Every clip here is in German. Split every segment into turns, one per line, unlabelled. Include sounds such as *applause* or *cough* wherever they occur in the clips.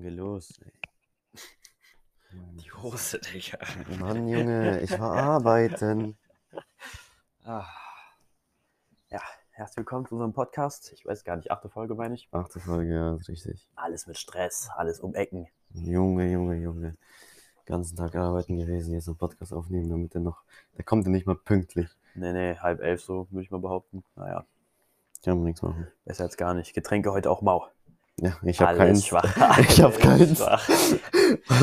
gelost, ey.
Die Hose, Digga.
Mann, Junge, ich war arbeiten.
Ah. Ja, herzlich willkommen zu unserem Podcast. Ich weiß gar nicht, achte Folge meine ich.
Achte Folge, ja, ist richtig.
Alles mit Stress, alles um Ecken.
Junge, Junge, Junge. Ganzen Tag arbeiten gewesen, jetzt einen Podcast aufnehmen, damit er noch. Der kommt ja nicht mal pünktlich.
Nee, nee, halb elf so, würde ich mal behaupten. Naja,
Kann man nichts machen.
besser als gar nicht. Getränke heute auch mau.
Ja, ich habe
alles
keinen. *laughs*
schwach.
Ich hab keinen.
Alles schwach.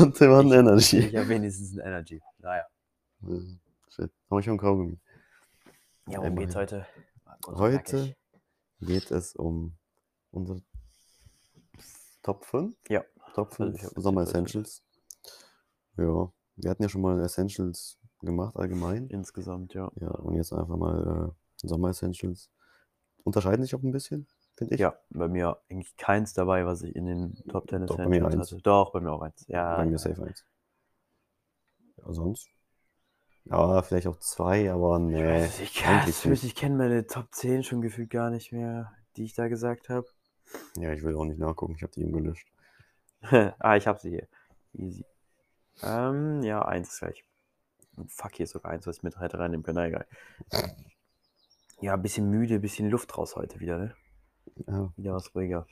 *laughs* Und der Mann Energy.
Ich habe wenigstens ein Energy. Naja.
Ja, Shit. Aber ich habe Kaugummi.
Ja, worum
Immerhin.
geht's heute? Mal kurz und
Heute
knackig.
geht es um unsere Top 5.
Ja.
Top
Also
5
ich hab-
Sommer
ich hab das
Essentials. Ja, wir hatten ja schon mal Essentials gemacht allgemein.
Insgesamt, ja.
Ja, und jetzt einfach mal äh, Sommer Essentials. Unterscheiden sich auch ein bisschen, finde ich.
Ja, bei mir eigentlich keins dabei, was ich in den Top Ten
Doch, bei mir
Essentials
eins.
hatte. Doch, bei mir auch eins. Ja,
Bei mir safe eins. Ja, sonst? Ja, vielleicht auch zwei, aber nee.
Also ich,
Äh, eigentlich
das
nicht.
ich kenne meine Top 10 schon gefühlt gar nicht mehr, die ich da gesagt habe.
Ja, ich will auch nicht nachgucken, ich habe die eben gelöscht.
*laughs* ah, ich habe sie hier. Easy. Ähm, ja, eins gleich. Und Fuck, hier ist sogar eins, was ich mit heute reinnehmen kann. Na, egal. Ja, ein bisschen müde, ein bisschen Luft raus heute wieder, ne?
Ja,
Wieder was ruhiger.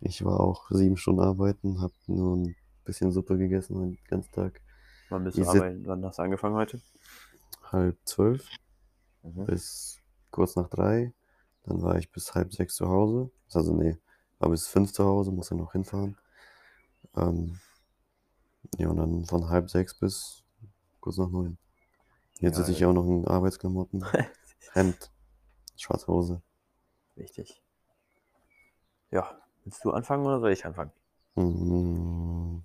ich war auch sieben Stunden arbeiten, habe nur ein bisschen Suppe gegessen den ganzen Tag.
Wann bist du
Diese-
arbeiten? Wann hast du angefangen heute?
Halb zwölf Mhm. bis kurz nach drei. Dann war ich bis halb sechs zu Hause. Also nee, war bis fünf zu Hause, muss dann noch hinfahren. Ähm, ja, und dann von halb sechs bis kurz nach neun. Jetzt sitze ich
Geil.
auch noch in
*laughs*
Arbeitsklamotten. Hemd, schwarze Hose.
Wichtig. Ja, willst du anfangen oder soll ich anfangen?
Mhm.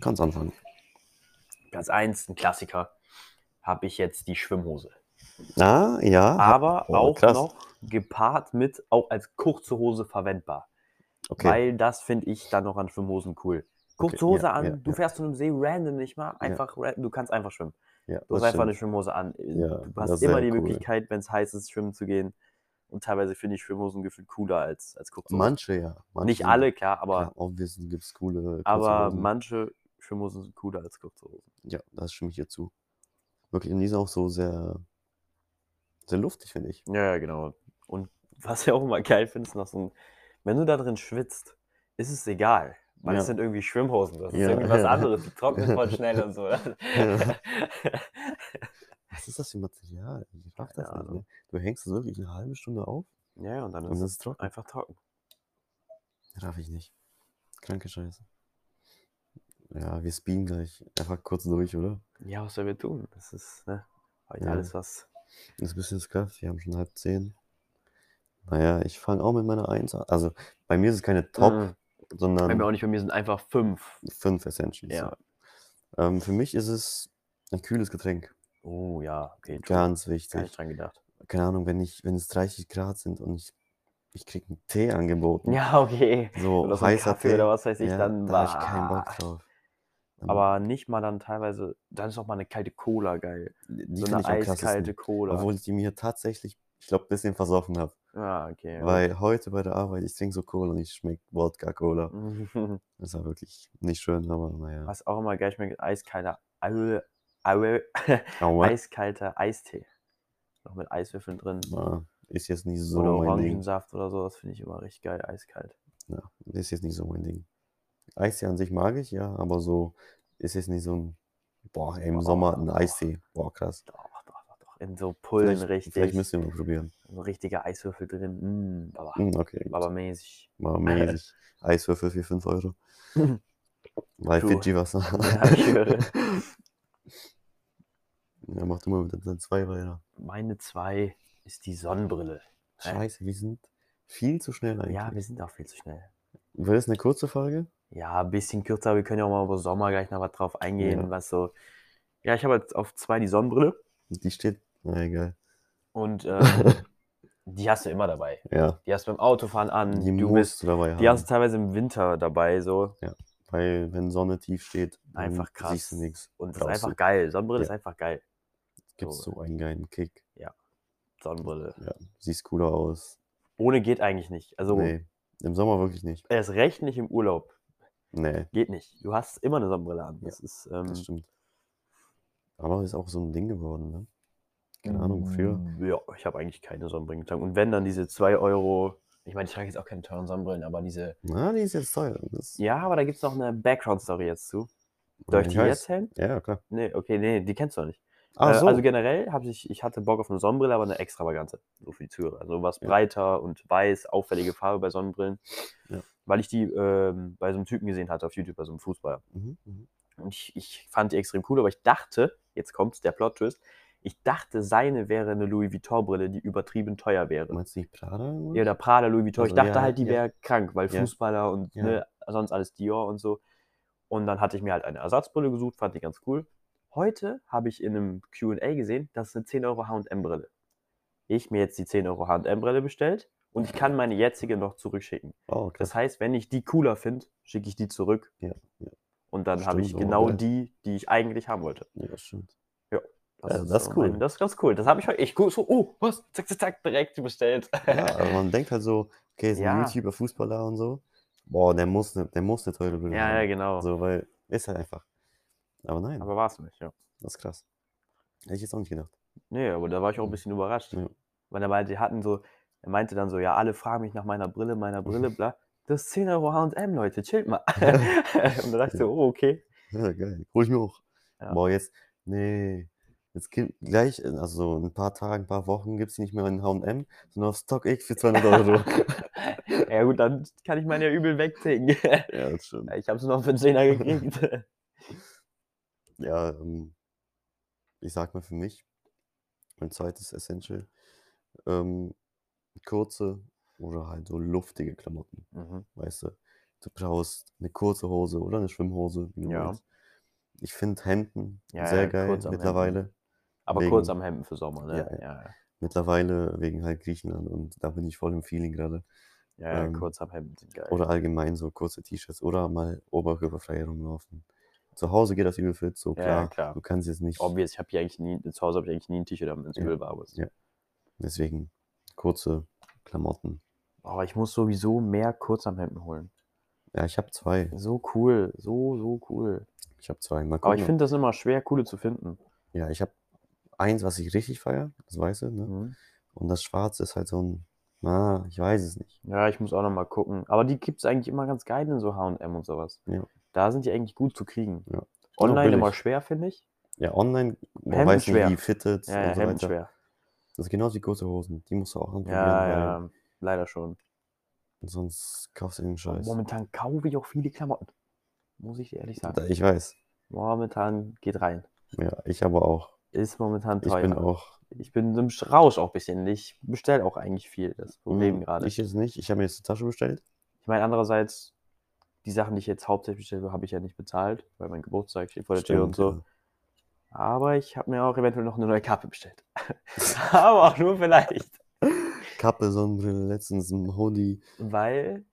Kannst anfangen.
Platz 1, ein Klassiker, habe ich jetzt die Schwimmhose.
Ah, ja. hab-
aber
oh,
auch
krass.
noch gepaart mit, auch als kurze Hose verwendbar.
okay.
Weil das finde ich dann noch an Schwimmhosen cool. Kurze
Okay,
Hose
ja,
an,
ja,
du
ja.
fährst zu einem See random nicht mal, einfach, ra- du kannst einfach schwimmen.
ja,
Du
das
hast einfach eine
stimmt.
Schwimmhose an. Äh,
Ja,
du
das ist
hast immer
sehr
die
cool.
Möglichkeit, wenn es heiß ist, schwimmen zu gehen. Und teilweise finde ich Schwimmhosen gefühlt cooler als, als kurze Hosen.
Manche ja. Manche
nicht
sind-
alle, klar, aber,
Klar, obviously gibt es coole. kurze
aber
Hosen.
manche Schwimmhosen sind cooler als kurze Hosen.
Ja, das stimme ich dir zu. Wirklich, und die ist auch so sehr, sehr luftig, finde ich.
Ja, ja, genau. Und was ich auch immer geil finde, ist noch so ein, wenn du da drin schwitzt, ist es egal. Weil
Ja.
es sind irgendwie Schwimmhosen, das ist
Ja.
*laughs* irgendwie was anderes. Die trocknen voll schnell und so.
Ja. Was ist das für ein Material? Ich raff das
Keine
nicht,
Ahnung.
ne? Du hängst es wirklich eine halbe Stunde auf
*laughs* ja, und dann
und
ist
es
es
ist trocken.
einfach trocken.
Raff ich nicht. Kranke Scheiße. Ja, wir speeden gleich einfach kurz durch, oder?
Ja, was soll wir tun? Das ist ne, heute
Ja.
alles was.
Das ist ein bisschen skraft, wir haben schon halb zehn. Naja, ich fange auch mit meiner Eins an. Also, bei mir ist es keine Top,
Mhm. Bei mir
sondern
auch nicht, bei mir sind einfach fünf.
fünf Essentials.
Ja.
so. Ähm, für mich ist es ein kühles Getränk.
Oh ja, okay. true.
Ganz
Gar
wichtig.
nicht dran gedacht.
keine Ahnung, wenn ich, wenn es 30 Grad sind und ich, ich krieg einen Tee angeboten.
Ja, okay.
So
Oder so ein
heißer
Kaffee
Tee.
oder was weiß ich,
ja,
dann
da hab ich keinen Bock
bah.
drauf. Dann-
Aber nicht mal dann teilweise, dann ist auch mal eine kalte Cola geil.
die
So
find
eine
ich am krassesten,
eiskalte Cola.
Obwohl ich die mir tatsächlich, ich glaube, ein bisschen versoffen habe.
Ah, okay. *laughs*
Weil heute bei der Arbeit, ich trinke so Cola und ich schmecke Wodka-Cola.
okay.
Das war wirklich nicht schön, aber naja.
Was auch immer geil schmeckt, eiskalter, Aue- *laughs* Aue-
Aua.
eiskalter Eistee. Noch mit Eiswürfeln drin.
Ah, Ist jetzt nicht so
oder
mein Ding.
Orangensaft oder so, das finde ich immer richtig geil, eiskalt.
Ja, ist jetzt nicht so mein Ding. Eistee an sich mag ich, ja, aber so ist jetzt nicht so ein, boah, ey, im
Boah,
Sommer ein
boah.
Eistee. Boah, krass.
Doch, doch, doch, doch. In so Pullen richtig.
vielleicht müssen wir mal probieren.
so richtige Eiswürfel drin. Mm, baba,
Hm, okay, gut.
baba mäßig.
War
*laughs*
mäßig. Eiswürfel für 5 Euro. Weil
Du.
Fidschi-Wasser.
*laughs* Ja, ich höre.
*laughs* ja, macht immer mit den zwei weiter.
Meine zwei ist die Sonnenbrille. Hä?
Scheiße, wir sind viel zu schnell eigentlich.
Ja, wir sind auch viel zu schnell.
Wird das eine kurze Folge?
Ja, ein bisschen kürzer. Wir können ja auch mal über Sommer gleich noch was drauf eingehen,
Ja.
was so. Ja, ich habe jetzt auf zwei die Sonnenbrille
Die steht. Na egal.
*laughs*
*laughs*
und ähm, die hast du immer dabei.
Ja.
Die hast du beim Autofahren an.
Die
Hm, du
musst
bist,
du dabei haben.
die hast du teilweise im Winter dabei so
weil wenn Sonne tief steht, dann
Einfach krass.
Mhm, siehst du nichts.
und das ist
Brauchst
einfach
du.
geil. Sonnenbrille
Ja.
ist einfach geil.
Gibt
so.
so einen geilen Kick.
Sonnenbrille.
Siehst cooler aus.
Ohne geht eigentlich nicht. Also
Nee, im Sommer wirklich nicht.
erst recht nicht im Urlaub.
Nee,
Geht nicht. Du hast immer eine Sonnenbrille an.
Ja,
Das ist, ähm,
das stimmt. Aber ist auch so ein Ding geworden, ne? Keine Ahnung, früher.
Mm, ja, ich habe eigentlich keine Sonnenbrillen getragen. Und wenn dann diese 2 Euro, ich meine, ich trage jetzt auch keine teuren Sonnenbrillen, aber diese.
Na, die ist jetzt teuer. Das,
Ja, aber da gibt es noch eine Background-Story jetzt zu. Soll ich
ich
die
weiß.
jetzt erzählen?
Ja, klar.
Nee, okay, nee, die kennst du noch nicht.
Ah,
Äh,
so.
Also generell habe ich, ich hatte Bock auf eine Sonnenbrille, aber eine extravagante, so für die Zuhörer. Also was
Ja.
breiter und weiß, auffällige Farbe bei Sonnenbrillen.
Ja.
Weil ich die ähm, bei so einem Typen gesehen hatte auf YouTube, bei so einem Fußballer.
mhm, mhm.
Und ich, ich fand die extrem cool, aber ich dachte, jetzt kommt der Plot-Twist, ich dachte, seine wäre eine Louis Vuitton-Brille, die übertrieben teuer wäre.
Meinst du nicht Prada? irgendwas?
Ja, oder Prada, Louis Vuitton. ich
Also,
dachte
ja,
halt, die
ja.
wäre krank, weil
Ja.
Fußballer und
Ja.
ne, sonst alles Dior und so. Und dann hatte ich mir halt eine Ersatzbrille gesucht, fand die ganz cool. Heute habe ich in einem QA gesehen, das ist eine 10 Euro HM-Brille. Ich mir jetzt die 10 Euro HM-Brille bestellt und ich kann meine jetzige noch zurückschicken.
Oh, krass.
Das heißt, wenn ich die cooler finde, schicke ich die zurück.
Ja, ja.
Und dann habe ich
Stimmt, aber
genau
geil.
die, die ich eigentlich haben wollte.
Ja,
*laughs*
stimmt.
Das
Ja, Also, das ist
so mein-
cool.
Das ist ganz cool. Das habe ich heute. Ich gu- so, oh, was? Zack, zack, zack, direkt bestellt.
Ja, also man denkt halt so, okay, ist ein
Ja.
YouTuber, Fußballer und so. Boah, der muss eine, der muss eine teure Brille
*laughs* ja, ja, genau.
So, weil, ist halt einfach. Aber nein,
Aber war es nicht, ja.
das ist krass. Hätte ich jetzt auch nicht gedacht.
Nee, aber da war ich auch ein bisschen überrascht.
Ja.
Weil er meinte, die hatten so, er meinte dann so, ja, alle fragen mich nach meiner Brille,
*laughs*
meiner Brille, bla. Das ist 10 Euro HM, Leute, chillt mal. *laughs* und da dachte ich so,
*laughs*
oh, okay.
Ja, geil. Hol ich mir auch.
Ja.
Boah, jetzt, nee. Jetzt gibt gleich, in- also in ein paar Tagen, ein paar Wochen gibt es nicht mehr in H&M, sondern auf StockX für 200
*laughs*
Euro.
Ja gut, dann kann ich meine ja übel *laughs* wegticken.
ja, das stimmt.
ich habe es noch für
*laughs*
10er gekriegt.
Ja, ähm, ich sag mal für mich, mein zweites Essential, ähm, kurze oder halt so luftige Klamotten,
mhm.
weißt du. Du brauchst eine kurze Hose oder eine Schwimmhose, wie du
Ja.
willst. Ich finde Hemden
Ja,
sehr
ja,
geil
kurz am Hemden.
mittlerweile.
Aber
Wegen-
kurz am Hemden für Sommer, ne?
Ja,
Ja,
Mittlerweile wegen halt Griechenland und da bin ich voll im Feeling gerade.
ja, ja,
Ähm,
kurz am Hemden sind geil.
Oder allgemein so kurze T-Shirts oder mal oberkörperfrei rumlaufen. Zu Hause geht das übel fit, so
Ja, ja,
klar.
klar.
Du kannst jetzt nicht.
Obvious, ich habe hier eigentlich nie, zu Hause habe ich eigentlich nie ein T-Shirt, wenn es
Ja.
übel war. Aber es
Ja. Deswegen kurze Klamotten.
Aber ich muss sowieso mehr Kurzarmhemden holen.
Ja, ich habe zwei.
So cool, so, so cool.
Ich habe zwei. Mal
Aber
gucken,
ich
ob-
finde das immer schwer, coole zu finden.
Ja, ich habe eins, was ich richtig feiere, das weiße, ne?
Mhm.
Und das schwarze ist halt so ein. Na, ich weiß es nicht.
Ja, ich muss auch nochmal gucken. Aber die gibt es eigentlich immer ganz geil in so HM und sowas.
Ja.
Da sind die eigentlich gut zu kriegen.
Ja. Und auch
Online immer
billig.
schwer, finde ich.
Ja, online, man
Hemden
weiß
schwer.
nicht, wie fittet
Ja, ja
und so
Hemden
weiter.
schwer.
Das ist genauso wie kurze Hosen. Die musst du auch anprobieren,
Ja,
weil
ja, leider schon.
sonst kaufst du den
Aber
Scheiß.
Momentan kaufe ich auch viele Klamotten. Muss ich dir ehrlich sagen.
Da- Ich weiß.
Momentan geht rein.
Ja, ich aber auch.
Ist momentan
Ich
teuer.
bin auch.
ich bin im Rausch auch ein bisschen. Ich bestelle auch eigentlich viel. Das Problem
Hm,
gerade.
Ich jetzt nicht. Ich habe mir jetzt eine Tasche bestellt.
Ich meine, andererseits, die Sachen, die ich jetzt hauptsächlich bestelle, habe ich ja nicht bezahlt, weil mein Geburtstag steht vor der Tür und so.
Stimmt,
Aber ich habe mir auch eventuell noch eine neue Kappe bestellt. *laughs* Aber auch nur vielleicht.
ja. Kappe, Sonnenbrille, letztens ein Hoodie.
Weil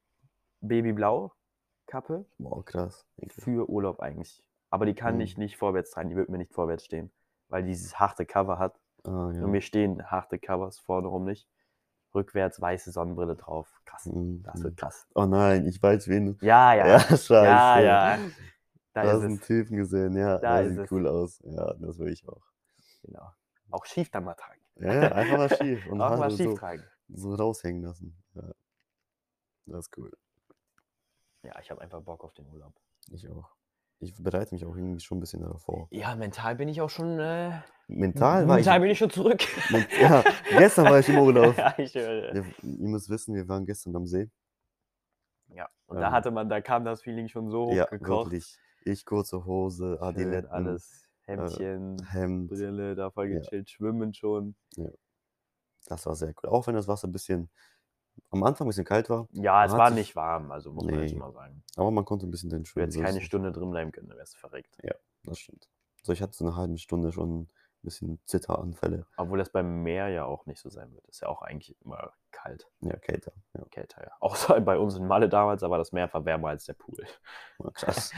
Babyblau-Kappe
Boah, krass. Ekel.
für Urlaub eigentlich. Aber die kann
Mhm.
ich nicht vorwärts tragen, die wird mir nicht vorwärts stehen. Weil die dieses harte Cover hat.
Ah, ja.
Und mir stehen harte Covers vorne rum nicht. Rückwärts weiße Sonnenbrille drauf. Krass.
Mhm.
Das wird krass.
Oh nein, ich weiß wen.
Ja,
Ja,
ja.
ja *laughs* scheiße.
Ja, ja. Da
Da
ist
hast einen
es.
Typen gesehen, ja.
Da
der
ist
sieht
es.
cool aus. Ja, das will ich auch.
Genau. Auch schief dann mal tragen.
Ja,
*laughs*
ja, einfach mal schief. Und
auch mal
Haare
schief
so,
tragen.
so raushängen lassen. Ja. Das ist cool.
Ja, ich habe einfach Bock auf den Urlaub.
Ich auch. Ich bereite mich auch irgendwie schon ein bisschen darauf vor.
Ja, mental bin ich auch schon. Äh,
Mental war ich.
mental bin ich schon zurück.
men- ja, gestern war ich
*laughs*
im Urlaub.
ja, ich äh, höre.
Wir, ihr müsst wissen, wir waren gestern am See.
Ja. Und da hatte man, da kam das Feeling schon so
ähm, Ja,
hochgekocht.
wirklich. Ah, Ich kurze Hose,
Schön
Adiletten,
alles. Hemdchen,
äh, Hemd.
Brille, da voll gechillt, schwimmen schon.
Das war sehr cool. Auch wenn das Wasser ein bisschen, am Anfang ein bisschen kalt war,
Ja, es
hat
war
sich-
nicht warm, also muss man jetzt
Nee.
mal sagen.
aber man konnte ein bisschen drin
Du
schwimmen.
hättest
so ist
keine
es.
Stunde drin bleiben können, dann wärst du verreckt.
Das stimmt. So, ich hatte so eine halbe Stunde schon ein bisschen Zitteranfälle.
Obwohl das beim Meer ja auch nicht so sein wird. Ist ja auch eigentlich immer kalt,
Ja, Kater. Ja,
kälter. Ja. *laughs* Außer bei uns in Malle damals, aber das Meer war wärmer als der Pool.
war Oh,
*laughs*
krass.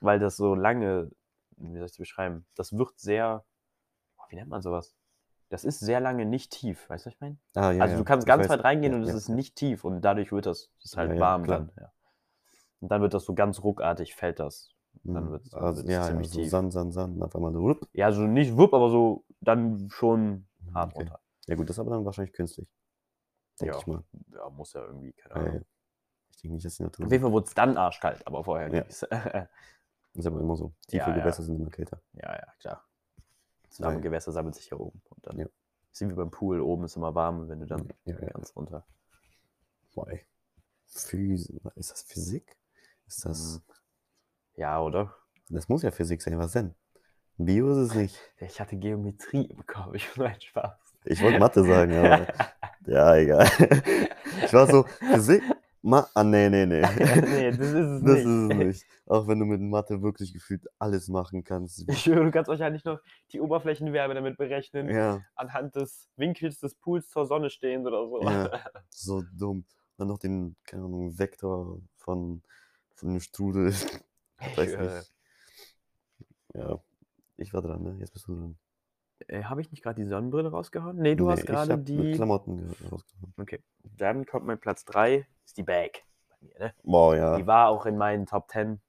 weil das so lange, wie soll ich es beschreiben, das wird sehr, oh, wie nennt man sowas? Das ist sehr lange nicht tief, weißt du, was ich meine?
Ah, ja,
also
ja,
du kannst
ich
ganz
weiß.
weit reingehen
Ja,
und es
ja,
ist
ja.
nicht tief und dadurch wird das, ist halt
Ja, ja,
warm
klar.
dann. Ja. Und dann wird das so ganz ruckartig, fällt das. Dann
Mhm.
wird's-
also,
wird's
ja, ja,
ziemlich
so
tief.
Sand, Sand, Sand. Auf einmal so. Rup.
Ja, so nicht wupp, aber so dann schon hart
Mhm, Okay.
runter.
Ja, gut, das ist aber dann wahrscheinlich künstlich. Denke
Ja.
ich mal.
Ja, muss ja irgendwie, keine
Ja,
Ahnung.
ja. Ich denke nicht, dass die Natur.
Auf jeden Fall wurde es dann arschkalt, aber vorher
Ja.
ging's. *laughs* ja,
Ist aber immer so. Tiefe
Ja, ja.
Gewässer sind immer kälter.
ja, klar. Das warme
Weil-
Gewässer sammelt sich ja oben. Und dann
Ja.
ist wie beim Pool, oben ist immer warm und wenn du dann
Ja, ja.
ganz runter.
Boah, ey. Phys ist das Physik? Ist das.
Ja, oder?
Das muss ja Physik sein, was denn? Bio ist es nicht.
Ich hatte Geometrie im Kopf, *laughs* ich nein,
*laughs*
Spaß.
Ich wollte
*laughs*
Mathe sagen, aber. ja, egal. *laughs* Ich war so, Physik? Ma ah, nee, nee,
*laughs*
nee.
nee, das ist
*laughs* Das
es
ist
nicht.
es nicht. Auch wenn du mit Mathe wirklich gefühlt alles machen
*laughs*
kannst.
*laughs* Ich höre, du kannst euch ja nicht noch die Oberflächenwärme damit berechnen,
Ja,
anhand des Winkels des Pools zur Sonne stehend oder so.
ja. So dumm. Dann noch den, keine Ahnung, Vektor von, von dem Strudel.
*laughs*
*laughs*
Ich
Weiß
höre.
nicht. Ja. Ich war dran, ne? Jetzt bist du dran.
Äh, habe ich nicht gerade die Sonnenbrille rausgehauen? Nee, du hast
ich
gerade
hab mit
die.
Klamotten ge- rausgehauen.
Dann kommt mein Platz 3, ist die Bag bei mir, ne?
Boah, ja.
Die war auch in meinen Top 10.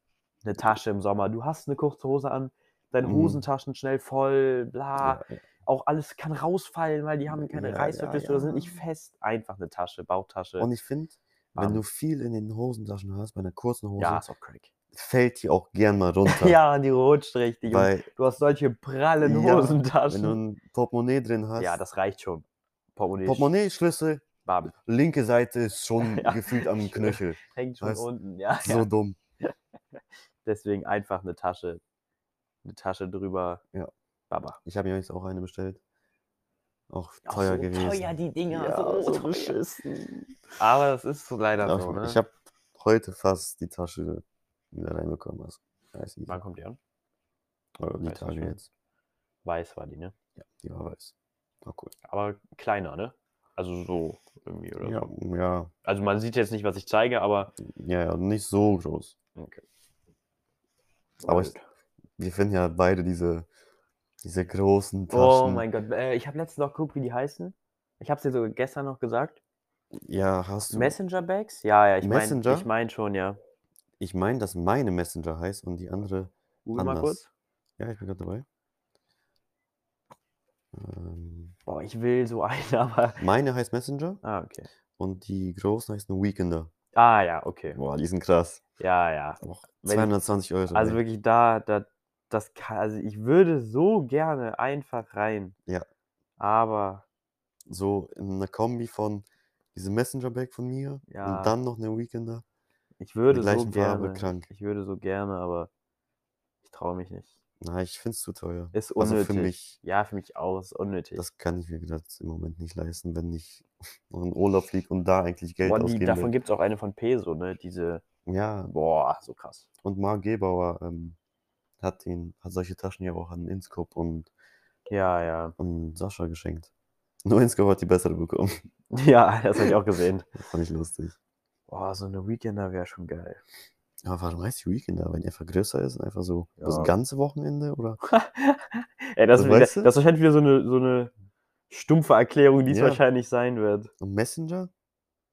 Eine Tasche im Sommer. Du hast eine kurze Hose an, deine
Mhm.
Hosentaschen schnell voll, bla.
ja, ja.
Auch alles kann rausfallen, weil die haben keine
Ja,
Reißverschlüsse
ja,
oder
ja.
sind nicht fest. Einfach eine Tasche, Bauchtasche.
Und ich finde, wenn
Bam.
du viel in den Hosentaschen hast, bei einer kurzen Hose,
ja, ist auch *laughs* crack.
fällt die auch gern
*laughs*
mal runter.
Ja, die rutscht richtig. Und
Weil,
du hast solche prallen
Ja, wenn du
Hosentaschen.
ein Portemonnaie drin hast,
Ja, das reicht schon. Portemonnaie,
Portemonnaie, Schlüssel,
bam,
linke Seite ist schon
*laughs* Ja,
gefühlt am
ich schwör.
Knöchel.
hängt schon
Weißt-
unten. *laughs* Ja,
So
ja.
dumm.
Deswegen einfach eine Tasche. Eine Tasche drüber.
Ja.
Baba.
Ich habe mir jetzt auch eine bestellt. Auch
Auch
teuer
so
gewesen.
Teuer, die Dinger.
Ja, oh,
so,
so
teuer. *laughs* Aber das ist so leider
Aber
so, ne?
Ich habe heute fast die Tasche wieder reinbekommen. Also, weiß ich,
Wann kommt die an?
oder die
weiß ich
Tage
schon.
jetzt.
Weiß war die, ne?
Ja, die war weiß. War cool.
Aber kleiner, ne? Also so irgendwie oder
Ja,
so.
ja,
Also man sieht jetzt nicht, was ich zeige, aber.
ja, ja, nicht so groß.
Okay.
Aber ich- Wir finden ja beide diese, diese großen Taschen.
oh mein Gott. Äh, ich habe letztens noch geguckt, wie die heißen. Ich habe es dir sogar gestern noch gesagt.
Ja, hast du.
Messenger-Bags? Ja, ja, ich meine
Messenger?
ich mein schon, ja.
ich meine, dass meine Messenger heißt und die andere.
Google mal
Anders.
kurz.
Ja, ich bin gerade dabei. Ähm,
Boah, ich will so *laughs* einen, aber.
meine heißt Messenger
Ah, okay.
und die großen heißen Weekender.
Ah, ja, okay.
Boah, die sind krass.
Ja, ja.
Auch
Wenn-
220 Euro.
Also
ey.
wirklich da, da das kann, also ich würde so gerne einfach rein.
Ja.
Aber
So in einer Kombi von diesem Messenger-Bag von mir
Ja.
und dann noch eine Weekender.
ich würde so
gleichen Farbe,
gerne.
krank.
Ich würde so gerne, aber ich traue mich nicht.
Na, ich finde es zu teuer.
Ist
Also
unnötig.
für mich.
Ja, für mich auch ist unnötig.
Das kann ich mir gerade im Moment nicht leisten, wenn ich *laughs* noch in Urlaub fliege und da eigentlich Geld
boah, die,
ausgeben
davon
will.
gibt es auch eine von Peso, ne? Diese,
Ja,
boah, so krass.
und Marc Gebauer ähm, hat, ihn, hat solche Taschen ja auch an Inscope und
Ja, ja.
und Sascha geschenkt. *laughs* Nur Inscope hat die bessere bekommen.
*laughs*
*laughs*
Ja, das habe ich auch gesehen.
Das fand ich lustig.
Boah, so eine Weekender wäre schon geil.
Aber warum heißt die Weekender? Wenn die einfach größer ist und einfach so
Ja.
das ganze Wochenende? Oder?
Ey,
Also,
das, ist wieder,
weißt du?
das ist wahrscheinlich wieder so eine, so eine stumpfe Erklärung, die es
Ja.
wahrscheinlich sein wird.
Und Messenger?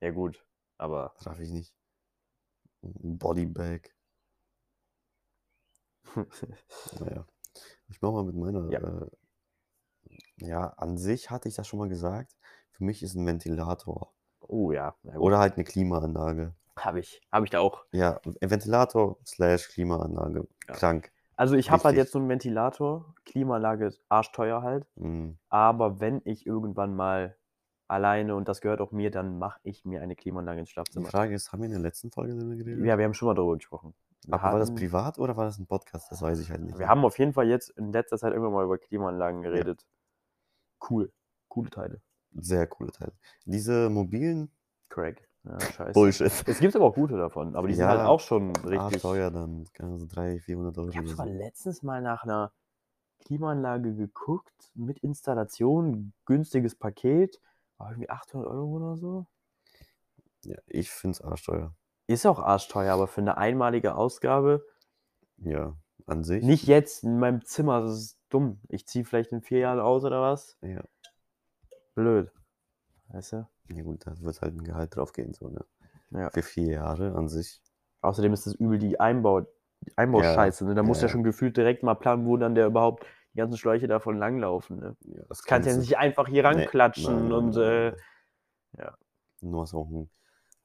Ja, gut. Aber
Traf ich nicht. Ein Bodybag. Naja. Ich mach mal mit meiner.
Ja.
Äh, ja, an sich hatte ich das schon mal gesagt. Für mich ist ein Ventilator.
*laughs* Oh ja, na gut.
Oder halt eine Klimaanlage.
Habe ich. Habe ich da auch.
Ja, ein Ventilator slash Klimaanlage.
Ja.
Krank.
Also ich habe halt
Richtig.
jetzt so einen Ventilator, Klimaanlage ist arschteuer halt.
Mhm.
Aber wenn ich irgendwann mal alleine und das gehört auch mir, dann mache ich mir eine Klimaanlage ins
Die
Schlafzimmer.
Frage ist, haben wir in der letzten Folge darüber geredet?
Ja, wir haben schon mal darüber gesprochen. Wir
Aber war das
hatten-
privat oder war das ein Podcast? Das weiß ich halt nicht.
Wir haben auf jeden Fall jetzt in letzter Zeit immer mal über Klimaanlagen geredet. Cool. Coole Teile.
Sehr coole Teile. Diese mobilen
Craig. Ja, scheiße.
Bullshit.
Es gibt aber auch gute davon, aber die sind halt
Ja.
auch schon
Ah,
richtig.
teuer dann. Keine Ahnung, so 300, 400 Euro.
Ich habe
oder
zwar
so.
letztens mal nach einer Klimaanlage geguckt, mit Installation, günstiges Paket, war irgendwie 800 Euro oder so.
Ja, ich finde es arschteuer.
Ist auch arschteuer, aber für eine einmalige Ausgabe,
Ja, an sich.
nicht jetzt in meinem Zimmer, das ist dumm. Ich ziehe vielleicht in vier Jahren aus oder was.
Ja.
Blöd. Weißt du?
ja, gut, da wird halt ein Gehalt drauf gehen. So, ne?
Ja.
Für vier Jahre an sich
Außerdem ist das übel die Einbau, die Einbauscheiße. Ne? Da musst du
Ja,
ja schon gefühlt direkt mal planen, wo dann der überhaupt die ganzen Schläuche davon langlaufen. Ne?
Ja, das
kannst ja nicht einfach hier ranklatschen
nein, nein,
und
nein,
äh,
nein. Du hast auch ein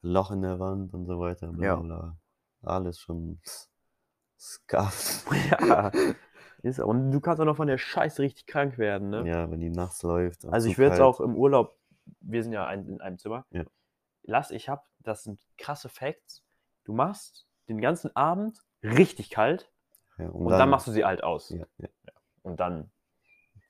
Loch in der Wand und so weiter. Bla,
Ja.
bla. Alles schon scuffed. *laughs*
ja. Ist, auch- und du kannst auch noch von der Scheiße richtig krank werden. *laughs* Ne?
Ja, wenn die nachts läuft. und
Also
zu
ich würde jetzt
kalt.
auch im Urlaub, wir sind ja ein, in einem Zimmer,
Ja.
lass, ich hab, das sind krasse Facts, du machst den ganzen Abend richtig kalt
Ja, und,
und, dann, machst du sie alt aus.
Ja, ja,
Und dann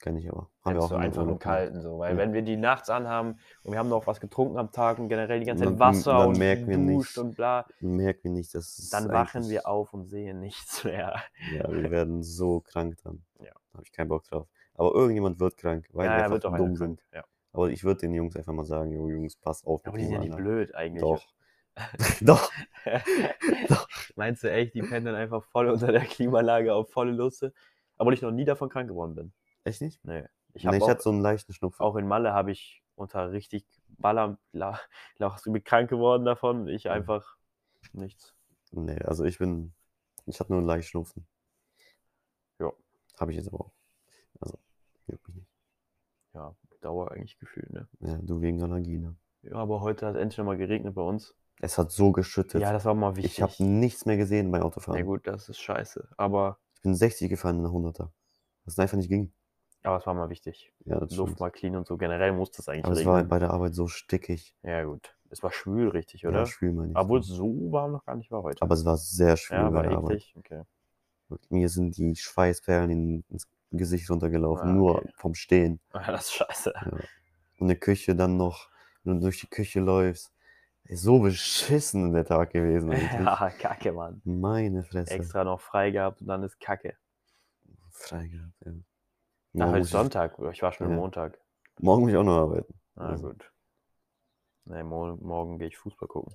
kann ich aber.
haben
wir
du
in der
einfach einen
Urlaub gemacht.
kalten so. Weil
Ja.
wenn wir die nachts anhaben und wir haben noch was getrunken am Tag und generell die ganze
Dann-
Zeit Wasser
dann
und
merken wir
duscht
nicht.
und bla,
Merken wir nicht, dass es
dann wachen
eigentlich-
wir auf und sehen nichts mehr.
*laughs* Ja, wir werden so krank dann.
Ja.
Da habe ich keinen Bock drauf. Aber irgendjemand wird krank, weil
Ja,
wir
ja,
einfach
wird doch einer
dumm sind.
krank, Ja.
Aber ich würde den Jungs einfach mal sagen, jo, Jungs, passt auf.
Aber
mit
die sind ja
dem
nicht
anderen.
blöd eigentlich.
Doch. *laughs* Doch. Doch.
Meinst du echt, die pennen dann einfach voll unter der Klimalage auf volle Lusse? Obwohl ich noch nie davon krank geworden bin.
Echt nicht?
Nee. Ich
Ich, nee,
habe
ich
auch,
hatte so einen leichten Schnupfen.
auch in Malle habe ich unter richtig Baller la- la- bin krank geworden davon. Ich einfach nichts.
Nee, also ich bin. Ich hatte nur einen leichten Schnupfen.
Ja.
Habe ich jetzt aber auch. Also, juckt mich nicht.
Ja, Dauer eigentlich Gefühl, ne?
Ja, du wegen Allergie, ne?
Ja, aber heute hat endlich nochmal geregnet bei uns.
Es hat so geschüttet.
Ja, das war mal wichtig.
ich habe nichts mehr gesehen beim Autofahren.
Na gut, das ist scheiße. Aber,
Ich bin 60 gefahren in der 100er. Was einfach nicht ging.
aber es war mal wichtig.
Ja, das
Luft
stimmt.
mal clean und so. Generell muss das eigentlich
Aber es war
regnen.
bei der Arbeit so stickig.
ja, gut. Es war schwül, richtig,
Ja,
oder?
schwül meine ich.
Obwohl
so.
so warm noch gar nicht war heute.
Aber es war sehr schwül
ja,
bei
war
der Arbeit.
eklig. Okay. *laughs*
Wirklich, Mir sind die Schweißperlen in, ins Gesicht runtergelaufen,
Ah,
nur
okay.
vom Stehen.
Ah, das ist scheiße.
Und eine Küche dann noch, wenn du durch die Küche läufst. Ey, So beschissen der Tag gewesen eigentlich.
*laughs* Ja, kacke, Mann.
Meine Fresse.
Extra noch frei gehabt und dann ist kacke.
Frei gehabt, ja.
Na, heute
muss
ist Sonntag. Ich war schon
Ja.
Montag.
Ich, morgen muss ich auch noch arbeiten.
Na
Also.
gut. Nee, mo morgen gehe ich Fußball gucken.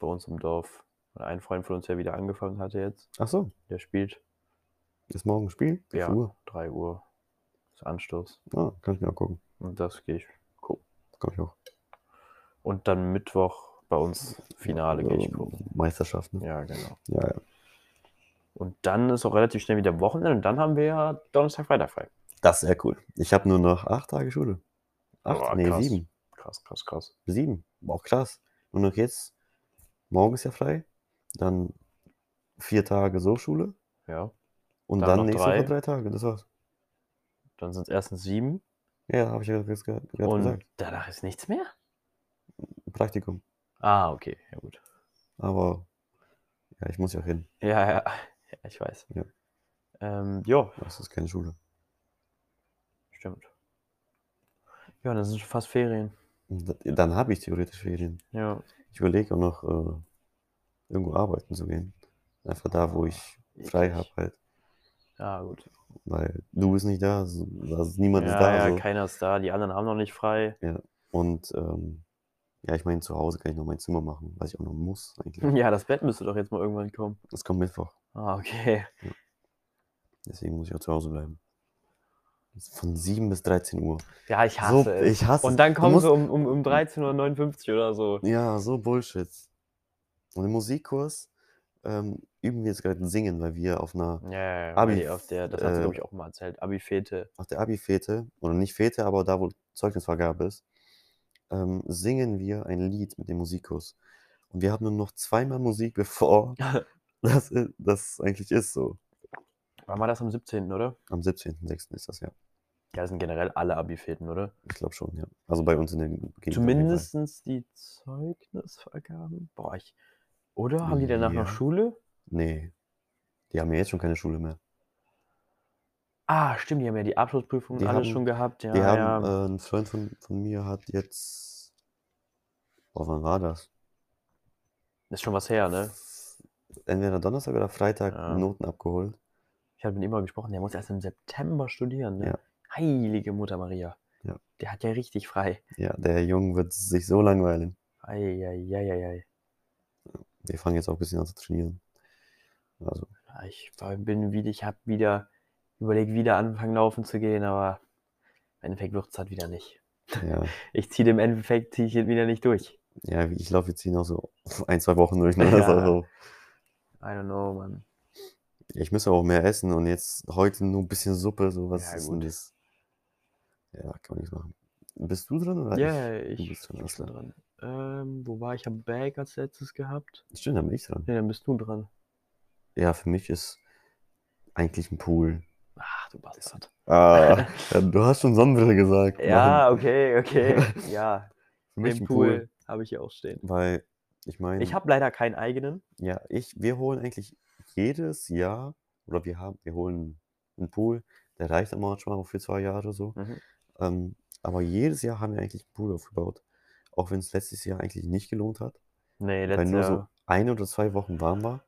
Bei uns im Dorf. Weil Ein Freund von uns, der wieder angefangen hatte jetzt,
Ach so,
der spielt
ist morgen ein Spiel? Wie
Ja.
viel Uhr?
3 Uhr. Ist Anstoß.
Ah, kann ich mir auch gucken.
Und das gehe ich gucken.
Komm ich auch.
Und dann Mittwoch bei uns Finale gehe ich
Ähm,
gucken.
Meisterschaft, ne?
Ja, genau.
Ja, ja.
Und dann ist auch relativ schnell wieder Wochenende und dann haben wir ja Donnerstag, Freitag frei.
Das ist sehr cool. Ich habe nur noch acht Tage Schule. Acht?
Boah,
nee,
krass.
sieben.
Krass, krass, krass.
Sieben. Auch krass. Nur noch jetzt. Morgen ist ja frei. Dann vier Tage so Schule.
Ja.
Und
Dann
dann,
noch
nächste
drei.
Woche drei Tage. Das war's.
Dann sind es erstens sieben
Ja, habe ich ja jetzt ge- gerade
und
gesagt.
danach ist nichts mehr.
Praktikum.
Ah, okay, ja gut.
Aber ja, ich muss ja hin.
Ja, *laughs* ja, ja ich weiß.
Ja.
Ähm, ja,
Das ist keine Schule.
stimmt. Ja, das sind schon fast Ferien.
Und d- Dann habe ich theoretisch Ferien.
Ja.
Ich überlege auch noch, äh, irgendwo arbeiten zu gehen. Einfach da, wo ich frei
Eklig.
habe halt.
Ah, gut.
Weil du bist nicht da, so- also niemand ist
ja,
da.
ja,
so.
keiner ist da. Die anderen haben noch nicht frei.
Und ähm, ja, ich meine, zu Hause kann ich noch mein Zimmer machen, was ich auch noch muss eigentlich.
*laughs* Ja, das Bett müsste doch jetzt mal irgendwann kommen.
Es kommt Mittwoch,
Ah, okay.
deswegen muss ich auch zu Hause bleiben. Das ist Von 7 bis 13 Uhr.
Ja, ich hasse
so,
es.
ich hasse
Und
es.
dann
Du
kommen
musst, Hm.
sie um, um, um 13.59 Uhr oder so.
Ja, so Bullshit. Und im Musikkurs ähm, üben wir jetzt gerade Singen, weil wir auf einer,
Ja, ja, ja.
Hm. Abi-
weil die auf der, das hat sie,
äh,
glaube ich, auch mal erzählt.
*laughs*
Abi-Fete.
auf der Abi-Fete, oder nicht Fete, aber da, wo Zeugnisvergabe ist, ähm, singen wir ein Lied mit dem Musikkurs. Und wir haben nur noch zweimal Musik, bevor *laughs* das, i- das eigentlich ist so.
War mal das am 17., oder?
Am 17.06. ist das ja.
Ja, das sind generell alle Abi-Feten, oder?
Ich glaube schon, ja. Also bei uns in der Gegend. auf jeden Fall.
Zumindestens die Zeugnisvergaben. Boah, ich. Oder haben die danach noch
Ja.
Schule?
Nee. Die haben ja jetzt schon keine Schule mehr.
Ah, stimmt, die haben ja die Abschlussprüfung
Die
alles
haben-
schon gehabt. Ja,
Die haben,
ja.
äh, ein Freund von, von mir hat jetzt. Boah, wann war das?
ist schon was her, ne?
Entweder Donnerstag oder Freitag
Ja.
Noten abgeholt.
Ich habe mit ihm mal gesprochen, der muss erst im September studieren, ne?
Ja.
Heilige Mutter Maria.
Ja.
Der hat ja richtig frei.
Ja, der Junge wird sich so langweilen.
Eieieiei.
Wir fangen jetzt auch ein bisschen an zu trainieren. Also,
Ich war- bin wieder, ich habe wieder überlegt, wieder anfangen laufen zu gehen, aber im Endeffekt wird es halt wieder nicht.
ja.
Ich ziehe im Endeffekt zieh ich wieder nicht durch.
Ja, ich laufe jetzt hier noch so ein, zwei Wochen durch. Ne? Das ist
*laughs* Ja.
Also,
I don't know, Mann.
ich müsste auch mehr essen und jetzt heute nur ein bisschen Suppe, so was
Ja,
ist
gut.
denn das? Ja, kann man nichts machen. Bist du drin oder
Ja, ja,
ich?
ich,
Du bist dran,
ich
alles
bin
klar.
dran. Ähm, wo war ich? Ich habe Bag als letztes gehabt.
Stimmt, dann bin ich dran.
Ne, dann bist du dran.
Ja, für mich ist eigentlich ein Pool.
Ach, du Bastard.
Ah, *laughs* ja, du hast schon Sonnenbrille gesagt.
Ja,
Mann.
okay, *laughs* okay. Ja,
für mich
den
ein
Pool,
Pool.
habe ich hier auch stehen.
Weil, ich meine,
Ich habe leider keinen eigenen.
ja, ich, wir holen eigentlich jedes Jahr, oder wir haben, wir holen einen Pool, der reicht immer manchmal auch für zwei Jahre so.
Mhm.
Ähm, aber jedes Jahr haben wir eigentlich einen Pool aufgebaut. Auch wenn es letztes Jahr eigentlich nicht gelohnt hat.
Nee,
weil
letztes
nur
Jahr.
so ein oder zwei Wochen warm war.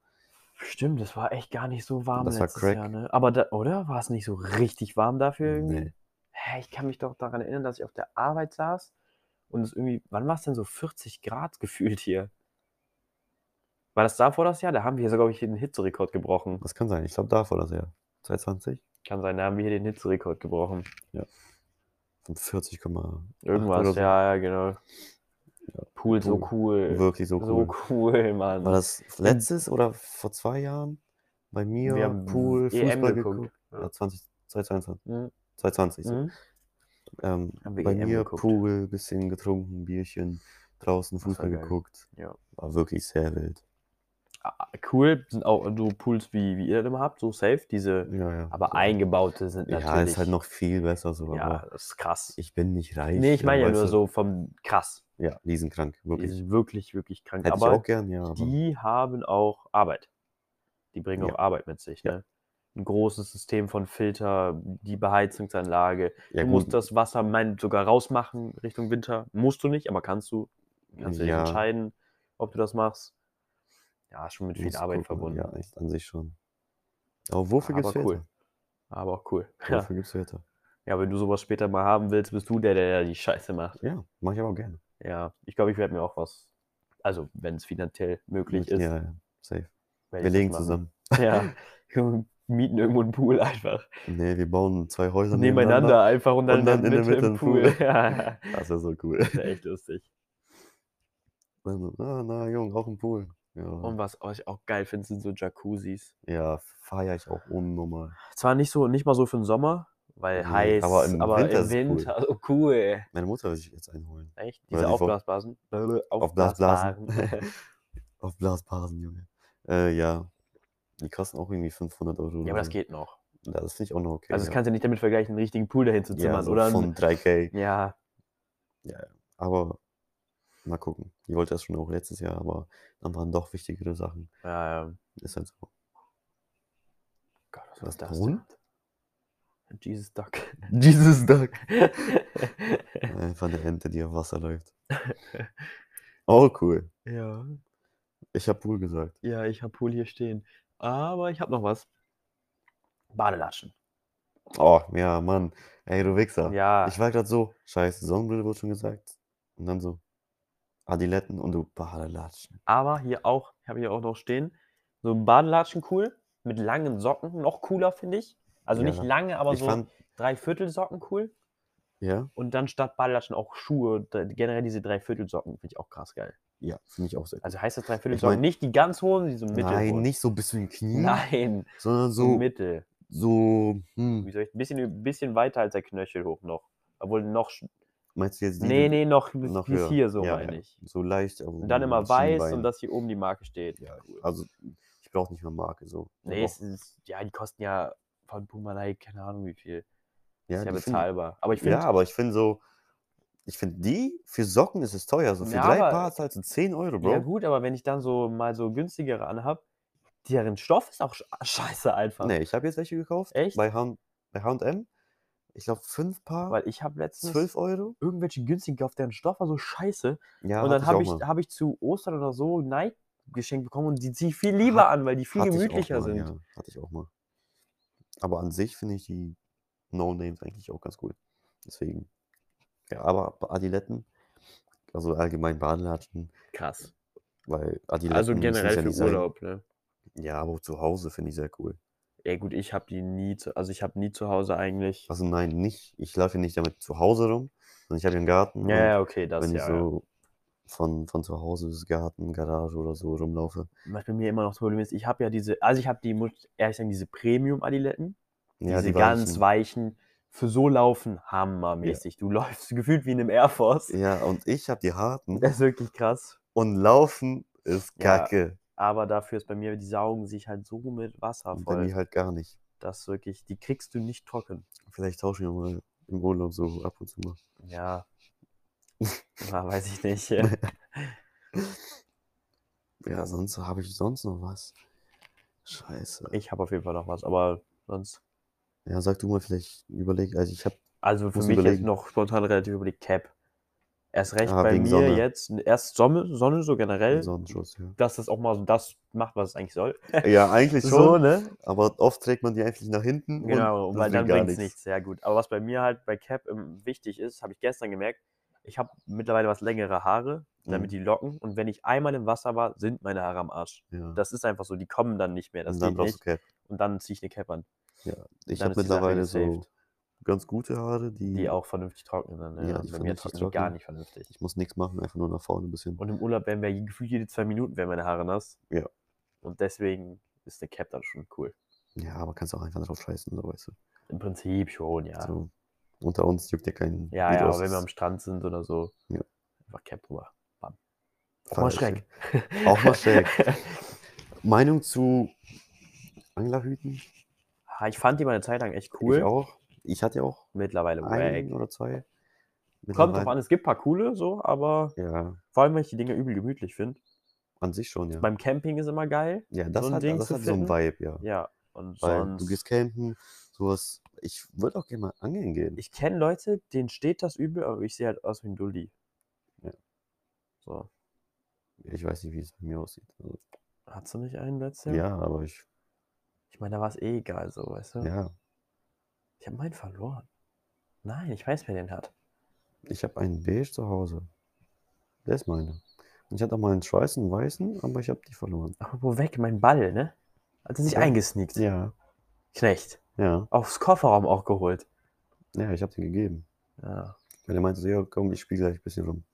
Stimmt, das war echt gar nicht so warm
Das war
letztes
Crack.
Jahr, ne? Aber da, oder? War es nicht so richtig warm dafür irgendwie?
Nee.
Hä, ich kann mich doch daran erinnern, dass ich auf der Arbeit saß und es irgendwie, wann war es denn so 40 Grad *laughs* gefühlt hier? War das davor das Jahr? Da haben wir hier, glaube ich, den Hitzerekord gebrochen.
Das kann sein. Ich glaube, da war das Jahr. 2020?
Kann sein, da haben wir hier den Hitzerekord gebrochen.
Von 40, Komma acht
Irgendwas,
oder so.
ja, ja, genau. Pool, so
Pool.
cool.
Wirklich so cool.
Äh, So cool, Mann.
War das letztes oder vor zwei Jahren? Bei mir
Hm. wir haben
Pool,
EM
Fußball
geguckt.
geguckt.
Ja.
Ja, 20, 2022.
Mhm.
2020 so.
Mhm.
ähm,
Haben wir
Bei
EM
mir
geguckt.
Pool, bisschen getrunken, Bierchen, draußen
war
Fußball
geil.
geguckt.
Ja.
War wirklich sehr wild.
Ah, Cool, sind auch so Pools, wie, wie ihr das immer habt, so safe, diese,
Ja, ja.
aber
So.
eingebaute sind natürlich.
Ja, ist halt noch viel besser so.
Ja,
Aber
das ist krass.
ich bin nicht reich.
nee, ich meine ja
weißt
nur
du.
so vom krass.
Ja, die sind krank,
Die
wirklich.
sind wirklich, wirklich krank.
Hätte
aber
ich auch gern, ja. Aber
die haben auch Arbeit. Die bringen
Ja.
auch Arbeit mit sich, ne? Ein großes System von Filter, die Beheizungsanlage.
ja,
du musst das Wasser mein, sogar rausmachen Richtung Winter. Musst du nicht, aber kannst du. Kannst du dich
Ja.
entscheiden, ob du das machst. Ja, ist schon mit viel
musst
Arbeit
gucken,
verbunden. Ah,
Ja, echt an sich schon. Aber wofür gibt's
Aber cool.
Filter?
Aber auch cool. *laughs* Ja.
Wofür gibt's Filter?
ja, wenn du sowas später mal haben willst, bist du der, der die Scheiße macht.
Ja, mache ich aber auch gerne.
Ja, ich glaube, ich werde mir auch was, also wenn es finanziell möglich ist,
Ja, ja, safe.
werd
Wir
ich das
legen
machen.
zusammen. *laughs*
Ja, *laughs* wir mieten irgendwo einen Pool einfach.
Nee, wir bauen zwei Häuser
Nebeneinander einfach und dann,
und dann
in der Mitte, im
ein
Pool.
Pool.
*laughs* ja,
Das wäre so cool. *laughs*
das ist echt lustig.
Dann so, ah, na, Junge, auch ein Pool. Ja,
Und was ich auch geil finde, sind so Jacuzzis.
ja feiere ich auch unnormal.
Zwar nicht so, nicht mal so für den Sommer, weil
Nee,
heiß,
aber im Winter ist es cool.
Winter, so cool.
Meine Mutter will sich jetzt einholen.
Echt,
Weil
diese
die vor-
Aufblasblasen.
Aufblasblasen. *laughs*
Aufblasbaren.
Auf Blasbasen, Junge. Äh, ja. Die kosten auch irgendwie 500 Euro.
*laughs* ja, aber das geht noch.
Ja, das finde ich auch noch okay.
Also das
ja.
kannst du nicht damit vergleichen, einen richtigen Pool dahin zu zimmern,
ja, so
oder?
Von 3K.
Ja,
Aber mal gucken. Ich wollte das schon auch letztes Jahr, aber dann waren doch wichtigere Sachen.
ja, ja.
Ist halt so.
Gott, was
Was
war das
Ton?
denn? Jesus *laughs* Duck.
Jesus
*laughs*
Duck. Einfach eine Ente, die auf Wasser
*laughs*
läuft. Oh, cool.
ja,
Ich habe Pool gesagt.
ja, ich habe Pool hier stehen. Aber ich habe noch was. Badelatschen.
Oh, ja, Mann. Ey, du Wichser.
Ja,
Ich war gerade so, scheiße, Sonnenbrille wurde schon gesagt. Und dann so, Adiletten und du Badelatschen.
aber hier auch, habe ich auch noch stehen. So Badelatschen cool, mit langen Socken, noch cooler finde ich. Also
Ja.
nicht lange, aber
ich
so
fand,
Dreiviertelsocken cool.
ja,
Und dann statt Badelatschen auch Schuhe. Da- Generell diese Dreiviertelsocken finde ich auch krass geil.
ja, finde ich auch sehr gut.
Also heißt das Dreiviertelsocken
mein-
nicht die ganz hohen, die so mittel.
Nein, nicht so bis zu den Knien,
Nein,
sondern
so
so,
mittel.
so,
Wie
hm,
soll ich, ein bisschen, ein bisschen weiter als der Knöchel hoch noch. Obwohl noch. sch-
meinst du jetzt die,
Nee,
die-
nee, noch bis,
noch
bis
höher.
hier so,
Ja,
meine
ja.
ich.
so leicht. aber
Und dann
mit
immer weiß
Schienbein.
und dass hier oben die Marke steht.
Ja, also ich brauche nicht mehr Marke, so. Ich
nee,
brauch-
es ist, ja, die kosten ja von Puma Nike, keine Ahnung wie viel.
ja,
ist ja
die find-
bezahlbar. aber ich
ja,
finde,
aber ich finde so, ich finde die, für Socken ist es teuer, so für
Ja,
drei
aber-
Paar zahlst du 10 Euro,
ja,
Bro.
gut, aber wenn ich dann so mal so günstigere anhab, deren Stoff ist auch sch- ah, scheiße einfach.
Nee, Ne, ich habe jetzt welche gekauft.
Echt?
Bei H&M. Bei H&M. Ich glaube, fünf Paar,
Weil ich habe letztens
12 Euro.
irgendwelche günstigen gekauft, deren Stoff war so scheiße.
Ja,
und dann
hatte
habe ich,
auch mal.
hab ich zu Ostern oder so Nike geschenkt bekommen und die ziehe ich viel lieber
Hat-
an, weil die viel
Hatte ich auch
gemütlicher
mal,
sind.
Ja, hatte ich auch mal. Aber an sich finde ich die No-Names eigentlich auch ganz cool. Deswegen. Ja, aber bei Adiletten, also allgemein Badelatschen,
Krass.
weil Adiletten
Also
müssen es
generell
ja
für
nicht sein.
Urlaub, ne?
Ja, aber zu Hause finde ich sehr cool.
Ja gut, ich habe die nie, zu, also ich habe nie zu Hause eigentlich.
Also nein, nicht. Ich laufe ja nicht damit zu Hause rum, sondern ich habe ja einen Garten.
ja, ja, okay, das
wenn ich
ja. ja.
so von, von zu Hause bis Garten, Garage oder so rumlaufe.
Was bei mir immer noch das Problem ist, ich habe ja diese, also ich habe die, muss ich ehrlich sagen, diese Premium-Adiletten,
Ja,
diese
die
ganz
weichen.
weichen, für so laufen, hammermäßig. Du läufst *laughs* gefühlt wie in einem Air Force.
Ja, und ich habe die harten.
Das ist wirklich krass.
Und laufen ist
Ja,
kacke.
Aber dafür ist bei mir, die saugen sich halt so mit Wasser
Und bei
voll,
mir halt gar nicht.
dass wirklich, die kriegst du nicht trocken.
Vielleicht tauschen wir mal im Urlaub so ab und zu mal. *laughs*
Ja. Na, weiß ich nicht.
Ja, sonst habe ich sonst noch was. Scheiße.
Ich habe auf jeden Fall noch was, aber sonst.
Ja, sag du mal vielleicht überleg. Also ich habe
Also für
Muss
mich jetzt
überlegen.
noch spontan relativ überlegt Cap. Erst recht
Ah,
bei
wegen
mir
Sonne.
jetzt, erst Sonne, Sonne so generell,
einen Sonnenschutz,
*laughs*
ja. Äh,
dass das auch mal so das macht, was es eigentlich soll.
Ja, eigentlich
So,
schon.
ne?
Aber oft trägt man die einfach nach hinten.
Genau,
und
und
das
weil dann
bringt gar
bringt es nichts. Sehr gut. Aber was bei mir halt bei Cap ähm, wichtig ist, habe ich gestern gemerkt, ich habe mittlerweile was längere Haare,
Mhm.
damit die locken. Und wenn ich einmal im Wasser war, sind meine Haare am Arsch.
Ja.
Das ist einfach so, die kommen dann nicht mehr. Das
und dann
geht
brauchst du Cap.
nicht. Und dann ziehe ich eine Cap an.
Ich
dann
habe
ist die Sache
mittlerweile so
gesaved.
ganz gute Haare, die,
Die auch vernünftig trocknen. Dann,
Ja,
Und
die
bei mir ist
vernünftig
das irgendwie gar
trocknen.
nicht vernünftig.
ich muss nichts machen, einfach nur nach vorne ein bisschen.
Und im Urlaub wären wir gefühlt jede zwei Minuten wären meine Haare nass.
Ja.
Und deswegen ist eine Cap dann schon cool.
Ja, aber kannst auch einfach drauf scheißen, so weißt du.
Im Prinzip schon, ja.
So. Unter uns juckt ja kein.
Ja,
wie
ja,
du
aber wenn wir am
aussiehst.
Strand sind oder so,
Ja.
einfach Cap drüber. Bam. Auch
Fall
mal
ist
schräg.
Auch mal
*laughs*
schräg. Meinung zu Anglerhüten?
Ah, Ich fand die mal eine Zeit lang echt cool.
Ich auch. Ich hatte ja auch
Mittlerweile
einen
wack.
oder zwei.
Kommt drauf an, es gibt ein paar coole, so, aber
Ja,
vor allem, weil ich die Dinger übel gemütlich finde.
an sich schon, ja.
Beim Camping ist immer geil.
Ja, das
so ein
hat,
Ding
das
zu
hat so ein
finden.
Vibe, ja.
Ja, und
Weil
sonst.
du gehst campen, sowas. Ich würde auch gerne mal angeln gehen.
ich kenne Leute, denen steht das übel, aber ich sehe halt aus wie ein Dulli.
Ja.
So.
Ich weiß nicht, wie es bei mir aussieht. Also,
Hattest du nicht einen letztes
ja.
Jahr?
aber ich.
Ich meine, da war es eh egal, so, weißt du?
Ja,
Ich habe meinen verloren. Nein, ich weiß, wer den hat.
ich habe einen beige zu Hause. Der ist meiner. Und ich hatte auch mal einen schwarzen, einen weißen, aber ich habe die verloren.
Apropos weg, mein Ball, ne? Hat er sich
Ja.
eingesneakt.
Ja,
Knecht.
ja,
Aufs Kofferraum auch geholt.
ja, ich habe den gegeben.
Ja,
Weil er meinte so, ja, komm, ich spiele gleich ein bisschen rum.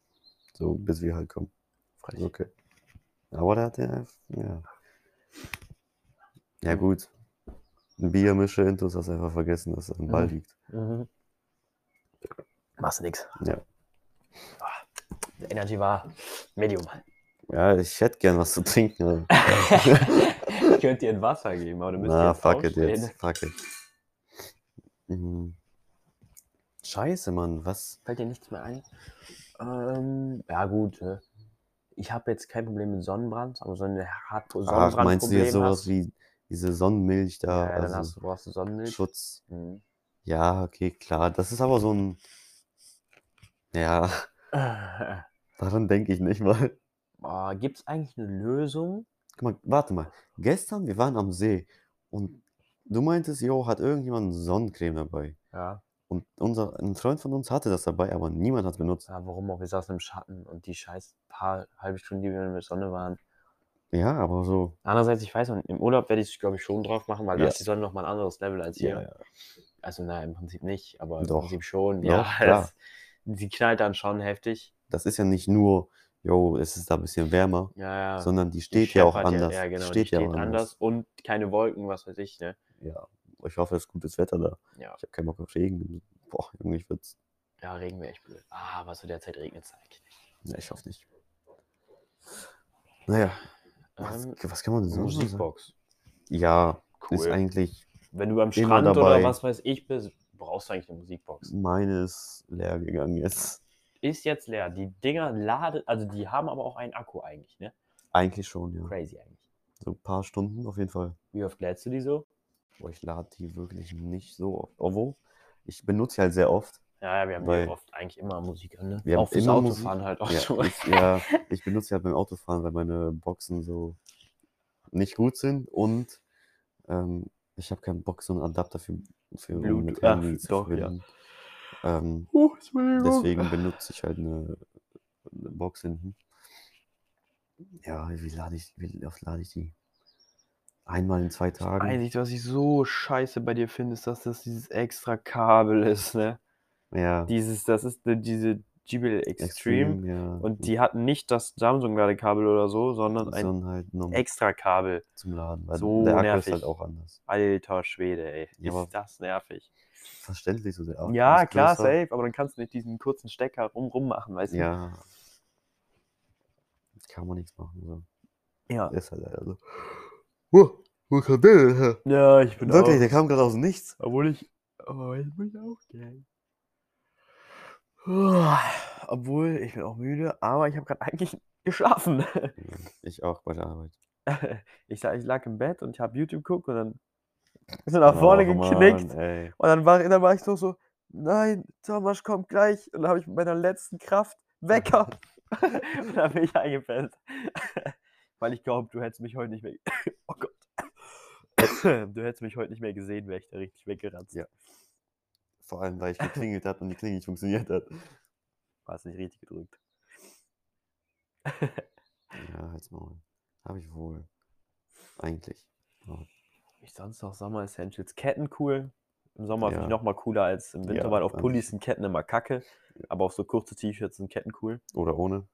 So, bis wir halt kommen.
frech.
Okay. Aber der hat den einfach, ja. Ja, gut. Ein Biermische Intus hast einfach vergessen, dass er am Ball
Mhm.
liegt.
Mhm. Machst nix.
Ja.
Ah, Der Energy war
*laughs*
Medium.
Ja, ich hätte gern was zu trinken. aber-
ich könnte dir ein Wasser geben, aber du müsstest
Na,
jetzt
fuck it
aufstehen.
jetzt. Fuck it. Mhm. Scheiße, Mann, was?
Fällt dir nichts mehr ein? Ähm, ja gut. ne? Ich habe jetzt kein Problem mit Sonnenbrand, aber so eine hart
Ach, Ah, meinst du
Sonnenbrandproblem
jetzt sowas
hast,
wie diese Sonnenmilch da?
ja, ja, dann hast,
also
du- brauchst du Sonnenmilch.
Schutz.
*laughs* Mhm.
Ja, okay, klar. Das ist aber so ein. Ja, *laughs* daran denke ich nicht mal.
Äh, Gibt es eigentlich eine Lösung?
Guck mal, warte mal. Gestern, wir waren am See und du meintest, jo, hat irgendjemand Sonnencreme dabei?
Ja.
Und unser, ein Freund von uns hatte das dabei, aber niemand hat es benutzt.
ja warum auch? Wir saßen im Schatten und die scheiß paar halbe Stunden, die wir in der Sonne waren.
Ja, aber so.
Andererseits, ich weiß nicht, im Urlaub werde ich es, glaube ich, schon drauf machen, weil da
Ja.
ist die Sonne nochmal ein anderes Level als hier.
Ja,
Also, na, im Prinzip nicht, aber
Doch.
im Prinzip
Doch,
schon. *laughs* ja,
klar.
das, sie knallt dann schon heftig.
Das ist ja nicht nur, jo, es ist da ein bisschen wärmer,
Ja, ja.
sondern die
Die
steht ja auch
scheppert
anders.
Ja, genau, die
steht
steht,
ja auch
anders. und keine Wolken, was weiß ich, ne?
Ja, ich hoffe, es ist gutes Wetter da.
Ja,
Ich habe keinen Bock auf Regen. Boah, Junge, ich wird's.
ja Regen wäre echt blöd. Ah, aber zu der Zeit regnet es halt. eigentlich nicht.
Ja, ich hoffe nicht. Naja, was,
Ähm,
was kann man denn sonst noch sagen?
Musikbox.
Ja, ist
Cool.
eigentlich,
Wenn du am
Immer
Strand oder
dabei.
was weiß ich bist, brauchst du eigentlich eine Musikbox.
meine ist leer gegangen jetzt.
Ist jetzt leer. Die Dinger laden, also die haben aber auch einen Akku eigentlich, ne?
Eigentlich schon, ja.
Crazy eigentlich.
So ein paar Stunden auf jeden Fall.
Wie oft lädst du die so?
Boah, ich lade die wirklich nicht so oft. Obwohl, ich benutze sie halt sehr oft.
Ja, ja, wir haben
Weil-
ja oft eigentlich immer Musik an, ne?
Wir haben
auch fürs
immer
Autofahren halt auch
ja,
schon. *laughs*
ich, ja, ich benutze sie halt beim Autofahren, weil meine Boxen so nicht gut sind und ähm, ich habe keinen Bock, so einen Adapter für, für um mit
Bluetooth, ah,
Handy zu
doch, ja.
verbinden. Ähm,
Huch, Entschuldigung.
deswegen benutze ich halt eine, eine Box hinten. Ja, wie lade ich, wie oft lade ich die? Einmal in zwei Tagen.
Einzig, was ich so scheiße bei dir finde, ist, dass das dieses extra Kabel ist, ne?
ja,
Dieses, das ist ne, diese Jibel Extreme.
ja.
Und die hatten nicht das Samsung-Ladekabel oder so, sondern ein
sondern halt nur
extra Kabel.
zum Laden, weil
so
der Akku ist
nervig.
halt auch anders.
Alter Schwede, ey.
Ja, aber-
ist das nervig.
Verständlich so der Akku
ja,
ist
klar,
größer.
safe, aber dann kannst du nicht diesen kurzen Stecker rum rum machen, weißt
Ja. Kann man nichts machen. So.
du? Ja.
Ist halt leider so. Huh, wo kam der denn her?
Ja, ich bin
Wirklich,
auch.
der kam gerade aus dem Nichts.
Obwohl ich. Oh, jetzt bin ich auch gern. Uah, Obwohl, ich bin auch müde, aber ich habe gerade eigentlich *laughs* geschlafen.
Ich auch bei der Arbeit.
Ich, sa- ich lag im Bett und ich habe YouTube geguckt und dann ist er nach vorne
Och, Oh Mann,
geknickt.
ey.
Und dann war, dann war ich noch so, nein, Thomas kommt gleich. Und dann habe ich mit meiner letzten Kraft
*laughs*
Wecker. *laughs* und dann bin ich eingepennt. *laughs* Weil ich glaube, du hättest mich heute nicht mehr. *coughs* Oh Gott. du hättest mich heute nicht mehr gesehen, wäre ich da richtig weggerannt.
Ja. Vor allem, weil ich geklingelt habe und die Klingel nicht funktioniert hat.
Warst nicht richtig gedrückt.
Ja, halt's Maul. Habe ich wohl. Eigentlich.
Ich sonst noch Sommer Essentials. Ketten cool. Im Sommer finde ich
Ja.
noch mal cooler als im Winter,
Ja,
weil auf
an
Pullis
sich.
sind Ketten immer kacke. Aber auf so kurze T-Shirts sind Ketten cool.
Oder ohne.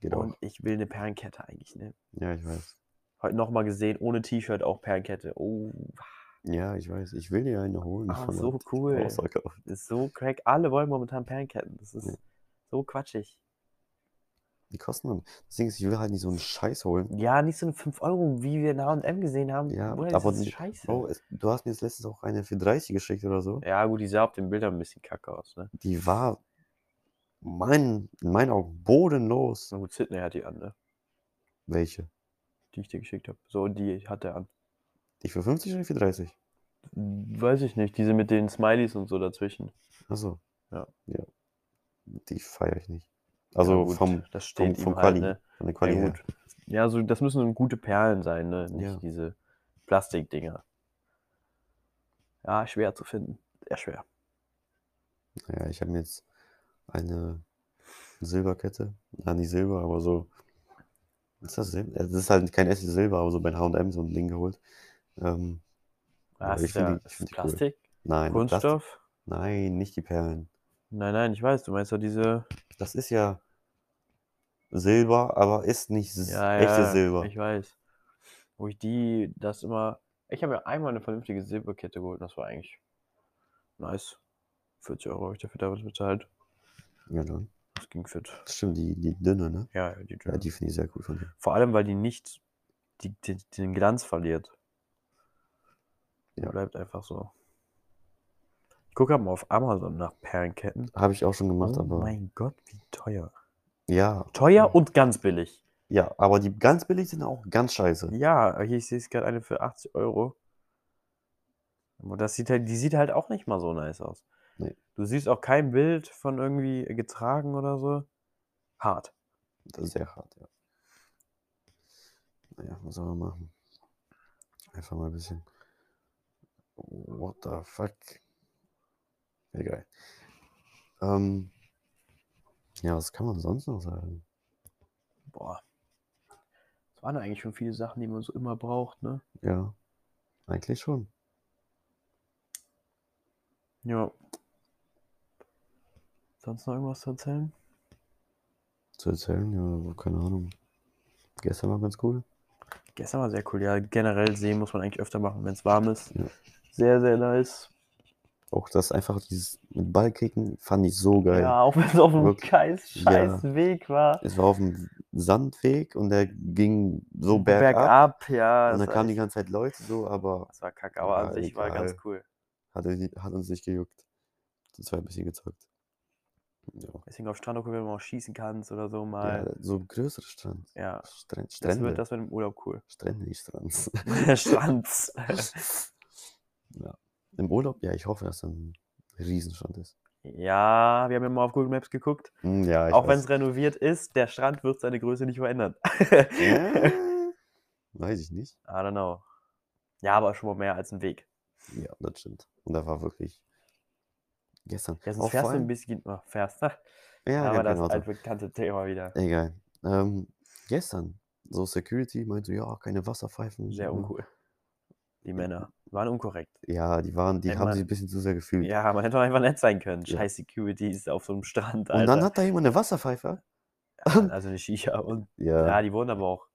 Geht
Und
auch.
ich will eine Perlenkette eigentlich, ne?
Ja, ich weiß.
Heute nochmal gesehen, ohne T-Shirt, auch Perlenkette. Oh,
Ja, ich weiß. Ich will dir eine holen.
ah,
von der
so cool.
Ausverkauf.
Ist so crack. Alle wollen momentan Perlenketten. Das ist
Ja.
so quatschig.
Die kosten dann. Das Ding ist, ich will halt nicht so einen Scheiß holen.
Ja, nicht so eine 5 Euro, wie wir in H&M gesehen haben.
Ja,
Bruder,
aber
das ist
die-
scheiße.
Bro, Oh, es, du hast mir jetzt letztens auch eine für 30 geschickt oder so.
Ja gut, die sah auf den Bildern ein bisschen kacke aus. Ne?
Die war mein, in meinen Augen bodenlos.
Na gut, Sydney hat die an, ne?
Welche?
die ich dir geschickt habe. So, die hat er an.
Die für 50 oder die für 30?
Weiß ich nicht, diese mit den Smileys und so dazwischen.
Achso.
Ja.
ja. Die feiere ich nicht. Also
Ja, gut,
vom,
das
vom,
steht
vom
ihm
Quali.
halt, ne?
Von der
Ja,
Quali her.
gut. ja, so, das müssen gute Perlen sein, ne? Nicht
Ja.
diese Plastikdinger. Ja, schwer zu finden. Sehr schwer.
Naja, ich habe mir jetzt eine Silberkette. Na, nicht Silber, aber so. Was ist das Silber? Das ist halt kein echtes Silber, aber so bei HM so ein Ding geholt. Ähm,
Ah,
Aber
ist
ich find
ja-
die- ich
ist
find die cool.
Plastik?
nein. Plastik-
Kunststoff?
Nein, nicht die Perlen.
Nein, nein, ich weiß, du meinst doch diese.
Das ist ja Silber, aber ist nicht s-
Ja,
echtes
ja,
Silber.
Ich weiß. Wo ich die, das immer. Ich habe ja einmal eine vernünftige Silberkette geholt und das war eigentlich nice. 40 Euro habe ich dafür damals bezahlt.
Ja, dann.
Das ging fit.
Das stimmt, die, die dünne, ne?
Ja, ja, die
Ja,
Dünne.
die finde ich sehr cool von dir.
Vor allem, weil die nicht die, die, den Glanz verliert. Die
Ja.
bleibt einfach so. Ich gucke aber mal auf Amazon nach Perlenketten.
Habe ich auch schon gemacht,
oh
aber.
mein Gott, wie teuer.
Ja,
Teuer und ganz billig.
ja, aber die ganz billig sind auch ganz scheiße.
Ja, hier ich sehe es gerade eine für 80 Euro. Aber das sieht halt, die sieht halt auch nicht mal so nice aus.
Nee.
Du siehst auch kein Bild von irgendwie getragen oder so. Hart.
Das ist sehr hart, ja. Naja, was soll man machen? Einfach mal ein bisschen. What the fuck? Egal. Ähm, ja, was kann man sonst noch sagen?
Boah. Das waren eigentlich schon viele Sachen, die man so immer braucht, ne?
Ja, eigentlich schon.
Ja. Sonst noch irgendwas zu erzählen?
Zu erzählen, ja, keine Ahnung. Gestern war ganz cool.
Gestern war sehr cool. Ja, generell sehen muss man eigentlich öfter machen, wenn es warm ist.
Ja.
Sehr, sehr nice.
Auch das einfach dieses mit Ballkicken fand ich so geil.
Ja, auch wenn es auf einem
Wirklich.
scheiß,
Ja.
scheiß Weg war.
Es war auf dem Sandweg und der ging so bergab.
Bergab, ja.
und
das
dann
war
kamen die
echt-
ganze Zeit Leute so, aber
Das war kacke, aber an
Ja,
sich war ganz
egal.
cool.
Hat, uns nicht- hat uns nicht gejuckt. Das war ein bisschen gezockt. Ja.
Deswegen auf Strand auch cool, wenn man auch schießen kannst oder so
ja
mal.
so größere Strand.
Ja.
Strand,
Das
Strände.
wird das mit dem Urlaub
*laughs*
cool. *laughs*
Strände, nicht Strands.
Strands.
*laughs* ja. Im Urlaub, ja, ich hoffe, dass da ein Riesenstrand ist.
*laughs* Ja, wir haben ja mal auf Google Maps geguckt.
Hm, Ja, ich
auch wenn
weiß.
es renoviert ist, der Strand wird seine Größe nicht verändern.
Ja,
*laughs*
Äh, Weiß ich nicht.
I don't know. Ja, aber schon mal mehr als ein Weg.
Ja, das stimmt. Und da war wirklich gestern.
Ja,
Auch
sonst
vor
fährst du ein
allem-
bisschen. Oh, fährst du?
Ja,
aber
ja
das halt
genau.
altbekannte Thema wieder.
Egal. Ähm, gestern, so Security meinte, ja, keine Wasserpfeifen. ne?
Sehr uncool. Die Männer. waren unkorrekt.
Ja, die waren, die
Ey,
haben
Mann.
sich ein bisschen zu sehr gefühlt.
Ja, man hätte auch einfach nett sein können.
Ja.
Scheiß Security ist auf so einem
Und
Strand,
dann
Alter.
hat da jemand eine Wasserpfeife.
also eine Shisha und ja,
Ja,
die wurden aber auch.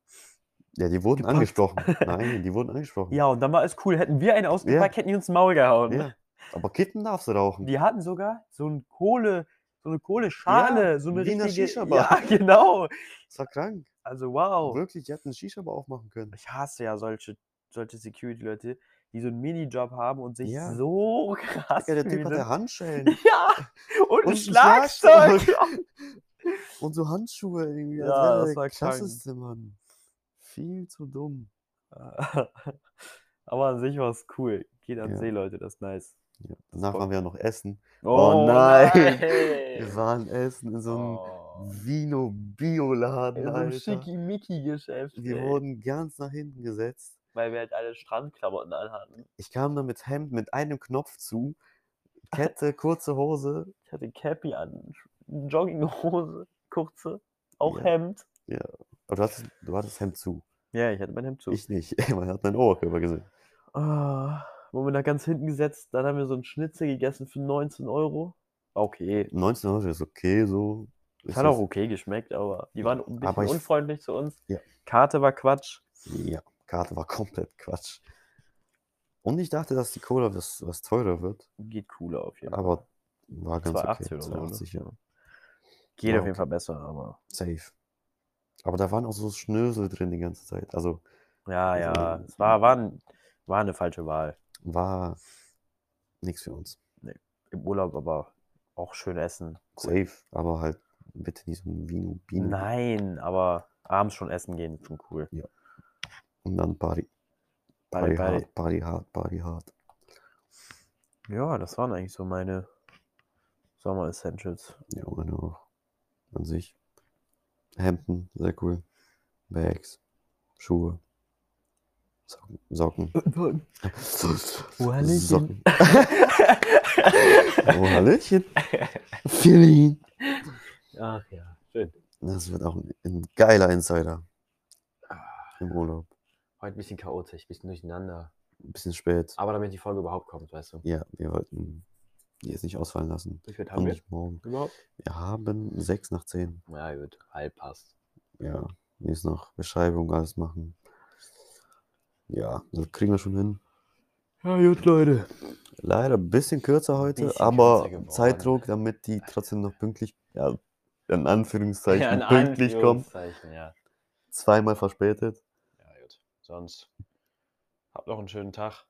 ja die wurden
gepackt.
angesprochen.
*laughs*
Nein, die wurden angesprochen.
Ja, und dann war es cool. Hätten wir einen ausgepackt, hätten die uns ein Maul gehauen. ne?
Ja. Aber Kitten darfst du rauchen.
Die hatten sogar so ein Kohle, so eine Kohleschale,
Ja,
so eine
wie in der
richtige. Ja, *laughs*
Shisha-Bar.
genau.
Das war krank.
Also wow.
Wirklich, die hätten einen Shisha-Bar aufmachen können.
Ich hasse ja solche, solche Security-Leute, die so einen Minijob haben und sich
Ja.
so *laughs* krass.
Ja, der Typ
fühlen.
hatte Handschellen
*laughs* Ja, und, ein
Und ein
Schlagzeug.
und so Handschuhe irgendwie.
Ja,
wäre
das
der
war krank.
krasseste Mann. Viel zu dumm.
*laughs* Aber an sich war es cool. Geht an
Ja.
See, Leute, das ist nice.
Ja. Danach
war-
waren wir ja noch essen.
Oh,
Oh
nein!
nein. *laughs* Wir waren essen in so einem
oh.
Vino-Bioladen,
In so einem
Alter.
Schickimicki-Geschäft.
Wir
ey,
wurden ganz nach hinten gesetzt.
Weil wir halt alle Strandklamotten anhatten.
Ich kam dann mit Hemd mit einem Knopf zu.
*laughs*
Kette, kurze Hose.
Ich hatte Cappy an, Jogginghose, kurze, auch
Ja.
Hemd.
Aber du hattest, du hattest Hemd zu.
Ja, ich hatte mein Hemd zu.
Ich nicht. *laughs* Man hat meinen Oberkörper gesehen.
Ah, wurden wir da ganz hinten gesetzt, dann haben wir so einen Schnitzel gegessen für 19 Euro. Okay.
19 Euro ist okay, so.
Es
Ist
hat
das-
auch okay geschmeckt, aber die waren ein bisschen
Aber ich-
unfreundlich zu uns.
Ja.
Karte war Quatsch.
Ja, Karte war komplett Quatsch. Und ich dachte, dass die Cola was, was teurer wird.
Geht cooler auf jeden Fall.
Aber war ganz okay.
2,80 oder so, ne?
2,80, ja.
Geht
ja,
auf jeden
okay.
Fall besser, aber.
Safe. Aber da waren auch so Schnösel drin die ganze Zeit. Also
Ja,
Also,
ja.
äh,
Es war, war, ein, war eine falsche Wahl
war nichts für uns.
im Urlaub, aber auch schön essen.
Safe. Aber halt bitte nicht so ein Vino,
Hm.
Bino.
Nein, aber abends schon essen gehen, ist schon cool.
Und dann Party. Party,
Party, Party.
hard, Party hard, Party hard.
Ja, das waren eigentlich so meine Sommer-Essentials.
Ja, meine auch. An sich. Hemden, sehr cool. Bags, Schuhe. Socken.
*laughs*
Socken.
Hallöchen.
Socken. *laughs* Oh, Hallöchen. Feeling.
Ach ja, schön.
Das wird auch ein, ein geiler Insider.
Ah.
Im Urlaub.
Heute ein bisschen chaotisch, ein bisschen durcheinander.
Ein bisschen spät.
Aber damit die Folge überhaupt kommt, weißt du.
Ja, wir wollten die jetzt nicht ausfallen lassen.
Wie viel
Und
Hm.
haben wir
nicht morgen.
überhaupt?
Wir haben 6 nach 10.
Ja, gut, halb passt.
Ja, jetzt noch Beschreibung, alles machen. Ja, das kriegen wir schon hin.
Ja, gut, Leute.
Leider ein bisschen kürzer heute,
Bisschen
aber
kürzer geworden.
Zeitdruck, damit die trotzdem noch pünktlich, ja, in Anführungszeichen,
*laughs* Ja, in
pünktlich kommt.
Anführungszeichen, Ja.
Zweimal verspätet.
ja, gut. Sonst habt noch einen schönen Tag.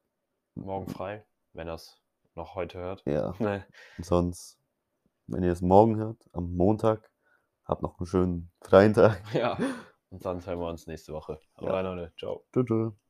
Morgen frei, wenn ihr es noch heute *laughs* hört.
Ja,
Ne.
und sonst, wenn ihr es morgen hört, am Montag, habt noch einen schönen freien Tag.
Ja. Und sonst hören wir uns nächste Woche. Hau
Ja.
rein, Leute. Ciao.
Tschüss.